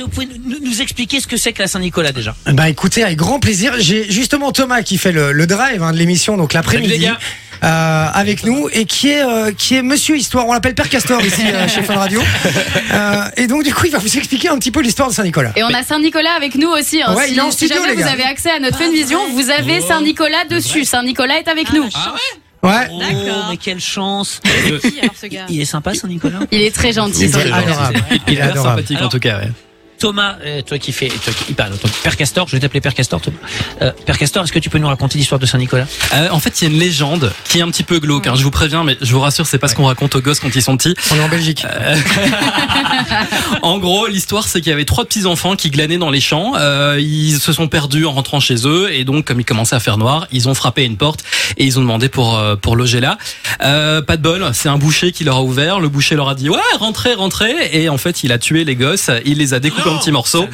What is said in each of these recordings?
Vous pouvez nous, nous expliquer ce que c'est que la Saint-Nicolas déjà Bah écoutez, avec grand plaisir. J'ai justement Thomas qui fait le, le drive hein, de l'émission, donc Salut les l'après-midi, gars. euh, avec nous, et qui est, euh, qui est Monsieur Histoire. On l'appelle Père Castor ici euh, chez Fun Radio. Euh, et donc du coup, il va vous expliquer un petit peu l'histoire de Saint-Nicolas. Et on a Saint-Nicolas avec nous aussi. hein. Ouais, si, il est en si studio, jamais les vous gars. avez accès à notre Fun Vision, vous avez Saint-Nicolas dessus. Saint-Nicolas est Ah avec nous. Ouais. Oh, D'accord. mais quelle chance Qui, alors, ce gars Il est sympa Saint-Nicolas Il est très gentil. Il est Saint-Nicolas. adorable. Il est adorable. sympathique en en tout tout cas. Ouais. Thomas, euh, toi qui fais, toi qui parle, toi, Père Castor, je vais t'appeler Père Castor. Thomas. Euh, Père Castor, est-ce que tu peux nous raconter l'histoire de Saint-Nicolas euh, en fait, il y a une légende qui est un petit peu glauque. hein, je vous préviens, mais je vous rassure, c'est pas ce qu'on raconte aux gosses quand ils sont petits. On est en Belgique. Euh, En gros, l'histoire, c'est qu'il y avait trois petits enfants qui glanaient dans les champs. euh, ils se sont perdus en rentrant chez eux, et donc comme il commençait à faire noir, ils ont frappé à une porte et ils ont demandé pour euh, pour loger là. Euh, pas de bol, c'est un boucher qui leur a ouvert. Le boucher leur a dit ouais, rentrez, rentrez, et en fait, il a tué les gosses. Il les a découpés en petits morceaux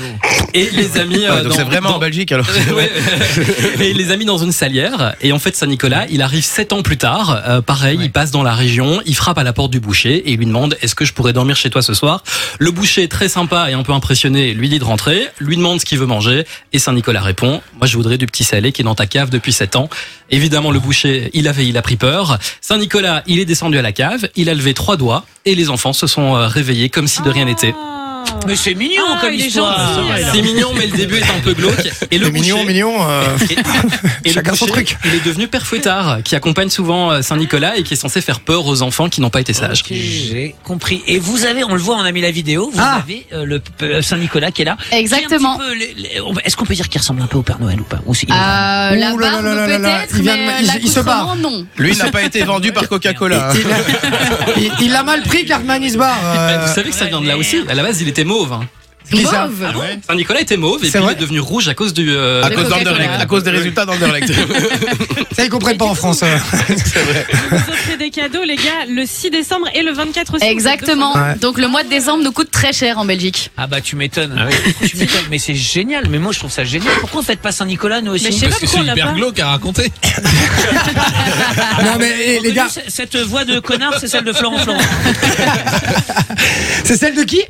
et il les a mis. euh, Ouais, donc dans- c'est vraiment dans- en Belgique alors. Ouais. et il les a mis dans une salière. Et en fait, Saint-Nicolas, il arrive sept ans plus tard. Euh, pareil, il passe dans la région, il frappe à la porte du boucher et il lui demande Est-ce que je pourrais dormir chez toi ce soir Le boucher, très sympa et un peu impressionné, lui dit de rentrer, lui demande ce qu'il veut manger. Et Saint-Nicolas répond Moi, je voudrais du petit salé qui est dans ta cave depuis sept ans. Évidemment, le boucher, il avait, il a pris peur. Saint-Nicolas, il est descendu à la cave, il a levé trois doigts et les enfants se sont euh, réveillés comme si de rien n'était. Ah. Mais c'est mignon Ah, comme il est histoire. gentil, alors. C'est mignon, mais le début est un peu glauque. Et le Le mignon, boucher- mignon. euh, et, et Chacun le son boucher, truc. Il est devenu père fouettard, qui accompagne souvent euh, Saint-Nicolas et qui est censé faire peur aux enfants qui n'ont pas été sages. Euh, Ok, J'ai compris. Et vous avez, on le voit, on a mis la vidéo. Vous Ah. avez euh, le p- euh, Saint-Nicolas qui est là. Qui est un Exactement. petit peu le- le- on- Est-ce qu'on peut dire qu'il ressemble un peu au Père Noël ou pas Ou c'est- il est Ah. vraiment- Euh, la Ouh là là barbe là là là, peut-être, il vient de- mais il- la il se coupe barre. vraiment, non. Lui n'a pas été vendu par Coca-Cola. Il il- il l'a mal pris, Carmanis Bar. Bah, euh, Vous savez que ça vient de là aussi. À la base, il était mauve. hein. qui ça Mauve. Saint-Nicolas était mauve et C'est puis il vrai est devenu rouge à cause du. euh, À Le cause, Coca-Cola. d'Anderlecht, à cause des résultats d'Anderlecht. Ça, ils comprennent pas en France. euh. Vous offrez des cadeaux, les gars, le 6 décembre et le 24 aussi. Exactement. Ouais. Donc le mois de décembre nous coûte très cher en Belgique. Ah bah tu m'étonnes. tu m'étonnes. Mais c'est génial. Mais moi je trouve ça génial. Pourquoi on fête pas Saint-Nicolas nous aussi Mais je sais pas pourquoi on l'a pas. glauque à raconter. Ah, Non, mais eh, les gars, Cette- Cette voix de connard, c'est celle de Florent Florent. c'est celle de qui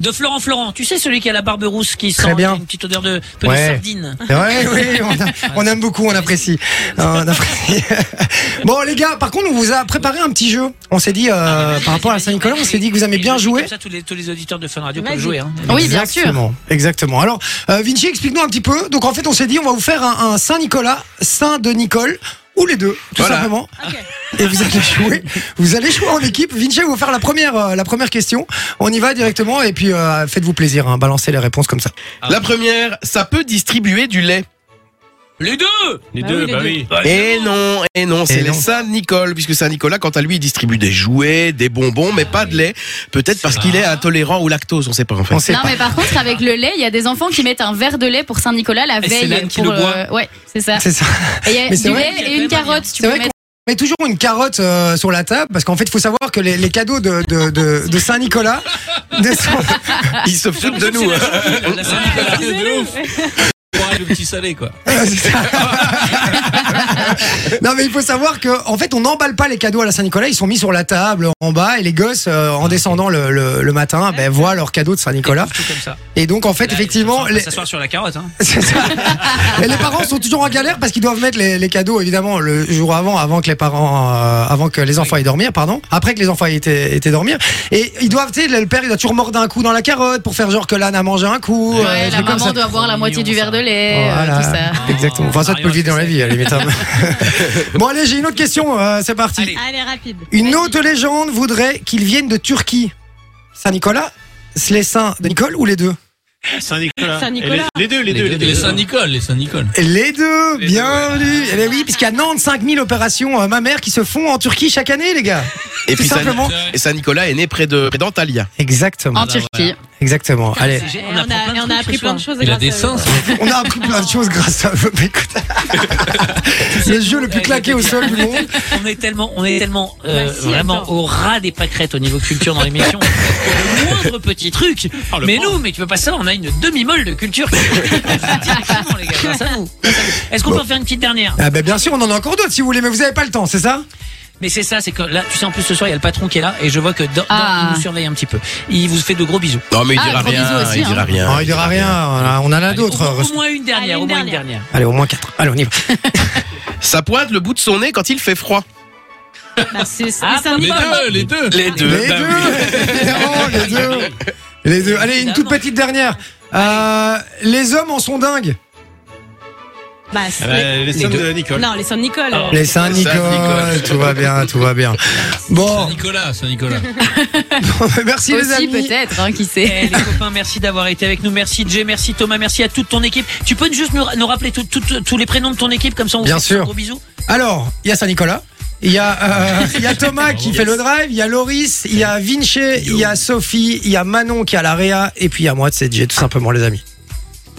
De Florent Florent, tu sais celui qui a la barbe rousse qui sent Très bien. une petite odeur de, peu de Ouais. sardine. Ouais, oui, on, a- on aime beaucoup, on apprécie. Euh, on apprécie. Bon, les gars, par contre, on vous a préparé un petit jeu. On s'est dit, euh, par rapport à Saint-Nicolas, on s'est dit que vous aimez Et bien je dis jouer. Comme ça, tous les, tous les auditeurs de Fun Radio Vas-y. peuvent jouer. Hein. Oui, bien sûr. Exactement, exactement. Alors, euh, Vinci, explique-nous un petit peu. Donc, en fait, on s'est dit, on va vous faire un, un Saint-Nicolas, Saint de Nicole, ou les deux, tout Voilà. simplement. Ok. Et vous allez jouer. Vous allez jouer en équipe. Vinci va vous faire la première, euh, la première question. On y va directement, et puis euh, faites-vous plaisir, hein, balancez les réponses comme ça. La première, ça peut distribuer du lait. Les deux Les deux, bah oui. Et non, et non, Eh c'est les non. Saint-Nicolas, puisque Saint-Nicolas, quant à lui, il distribue des jouets, des bonbons, mais pas de lait. Peut-être parce qu'il est intolérant au lactose, on sait pas en fait. On sait Non pas. mais par contre avec le lait, il y a des enfants qui mettent un verre de lait pour Saint-Nicolas la Et c'est veille l'âne qui pour euh, le boit. ouais, c'est ça. C'est ça. Et il y a Mais c'est du vrai lait qu'il y a et quand même une un lien. carotte, tu C'est peux vrai mettre met toujours une carotte euh, sur la table parce qu'en fait, il faut savoir que les, les cadeaux de, de, de, de Saint-Nicolas ne sont- Il se fout de nous. hein. La Saint-Nicolas de ouf le petit salé quoi. Euh, c'est ça. non mais il faut savoir que en fait on n'emballe pas les cadeaux à la Saint-Nicolas, ils sont mis sur la table en bas et les gosses euh, en descendant le, le, le matin ben, voient leurs cadeaux de Saint-Nicolas. Tout comme ça. Et donc en fait Là, effectivement on va les... s'asseoir sur la carotte. Hein. c'est ça. Et les parents sont toujours en galère parce qu'ils doivent mettre les, les cadeaux évidemment le jour avant, avant que les parents, euh, avant que les enfants aillent dormir, pardon, après que les enfants aient été, étaient dormir. Et ils doivent, tu sais, le père il doit toujours mordre un coup dans la carotte pour faire genre que l'âne a mangé un coup. Ouais, euh, des la trucs comme maman ça. doit boire la C'est moitié du mignon, verre de lait, euh, Voilà. tout Oh ça. Exactement. Enfin, ça, tu peux le vivre dans la vie, à la limite. hein. bon, allez, j'ai une autre question. euh, c'est parti. Allez. Allez, rapide. Une Vas-y. autre légende voudrait qu'il vienne de Turquie. Saint-Nicolas, les saints de Nicole ou les deux Saint-Nicolas. Saint-Nicolas. Et Les, les deux, les, deux, les deux. Saint-Nicole, les Saint-Nicole. Les deux, bienvenue. Eh ben oui, puisqu'il y a 95 000 opérations euh, mammaires qui se font en Turquie chaque année, les gars. Et Tout puis Saint- simplement. et Saint-Nicolas est né près de- près d'Antalya. Exactement. En Turquie. Ah. Exactement. Allez, Et génial, On, a, et on a appris plein de choses. choses. Il a grâce des à eux. seins, on a appris plein de choses grâce à eux. Mais écoute, le jeu le plus claqué au sol du monde. On est tellement, on est tellement euh, Bah si, vraiment attends. au ras des pâquerettes au niveau culture dans l'émission. le moindre petit truc. Ah, le mais pauvre. nous, mais tu peux pas ça, on a une demi-molle de culture. Franchement, les gars, grâce à vous. Est-ce qu'on peut en faire une petite dernière Ah ben bien sûr, on en a encore d'autres si vous voulez, mais vous n'avez pas le temps, c'est ça Mais c'est ça, c'est que là, tu sais, en plus ce soir, il y a le patron qui est là et je vois que Dan- Dan, Ah. il nous surveille un petit peu. Il vous fait de gros bisous. Non, mais il Ah, dira gros rien. bisous aussi, il dira hein. rien. Non, Ah, il dira rien, on a- on en a d'autres. hein, Au, moins- reçu. au moins une dernière, Allez, au une moins une dernière. dernière. Allez, au moins 4. Allez, on y va. Ça pointe le bout de son nez quand il fait froid. Bah, c'est c'est Ah, un mais Les impact. deux, les deux. Les deux. Les bah deux, évidemment, les deux. Les deux. Allez, une toute petite dernière. Euh, les hommes en sont dingues. Bah, c'est- Ah bah, Les sommes deux. de Nicole. Non, les sommes Nicole. Les Saint-Nicole, Saint-Nicole. tout va bien, tout va bien. Bon, Saint-Nicolas, Saint-Nicolas. bah, merci les Aussi, amis. peut-être, hein, qui Eh, sait. les copains, merci d'avoir été avec nous. Merci Jay, merci Thomas, merci à toute ton équipe. Tu peux juste nous, nous rappeler tout- tout- tous les prénoms de ton équipe comme ça on Bien fait sûr. un gros bisou. Alors, il y a Saint-Nicolas. Il y, a, euh, il y a Thomas qui fait le drive, il y a Loris, il y a Vinci, il y a Sophie, il y a Manon qui a la réa, et puis il y a moi de CJ, tout simplement, les amis.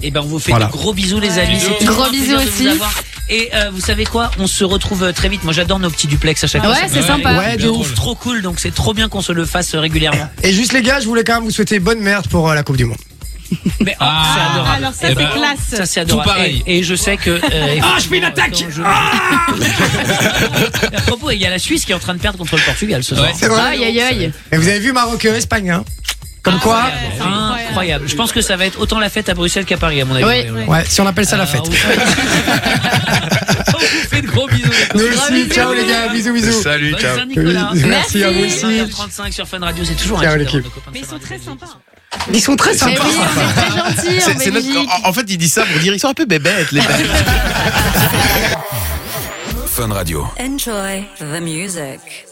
Et ben on vous fait Voilà. de gros bisous les amis. C'est toujours Gros un plaisir bisous de vous aussi. avoir. Et euh, vous savez quoi On se retrouve euh, très vite. Moi j'adore nos petits duplex à chaque fois. Ouais, c'est sympa. Ouais, Je de trouve trop cool, donc c'est trop bien qu'on se le fasse euh, régulièrement. Et juste les gars, je voulais quand même vous souhaiter bonne merde pour euh, la Coupe du Monde. Mais oh, Ah, c'est adorable. bah, alors ça, Eh c'est ben, classe. Ça c'est adorable. Tout pareil. Et, et je sais que. ah, je fais une attaque. Ah à propos, il y a la Suisse qui est en train de perdre contre le Portugal ce soir. Ouais. C'est vrai. Aïe, aïe, aïe. Et vous avez vu Maroc-Espagne, hein Comme Ah quoi, ouais, c'est Incroyable. Je pense que ça va être autant la fête à Bruxelles qu'à Paris, à mon avis. Oui. Euh, ouais. si on appelle ça la fête. on vous fait- on vous fait de gros bisous. les Nous copains. aussi, ciao les gars, bisous, bisous. Salut, Bonne ciao. Saint-Nicolas. Merci à vous aussi. 20h35 sur Fun Radio, c'est toujours Ciao, un l'équipe. Mais ils sont très sympas. Ils sont très Mais oui, sympas. on est très gentils en C'est- c'est notre- Belgique. en- en fait, il dit ça pour dire ils sont un peu bébêtes, les Belges. Enjoy the music.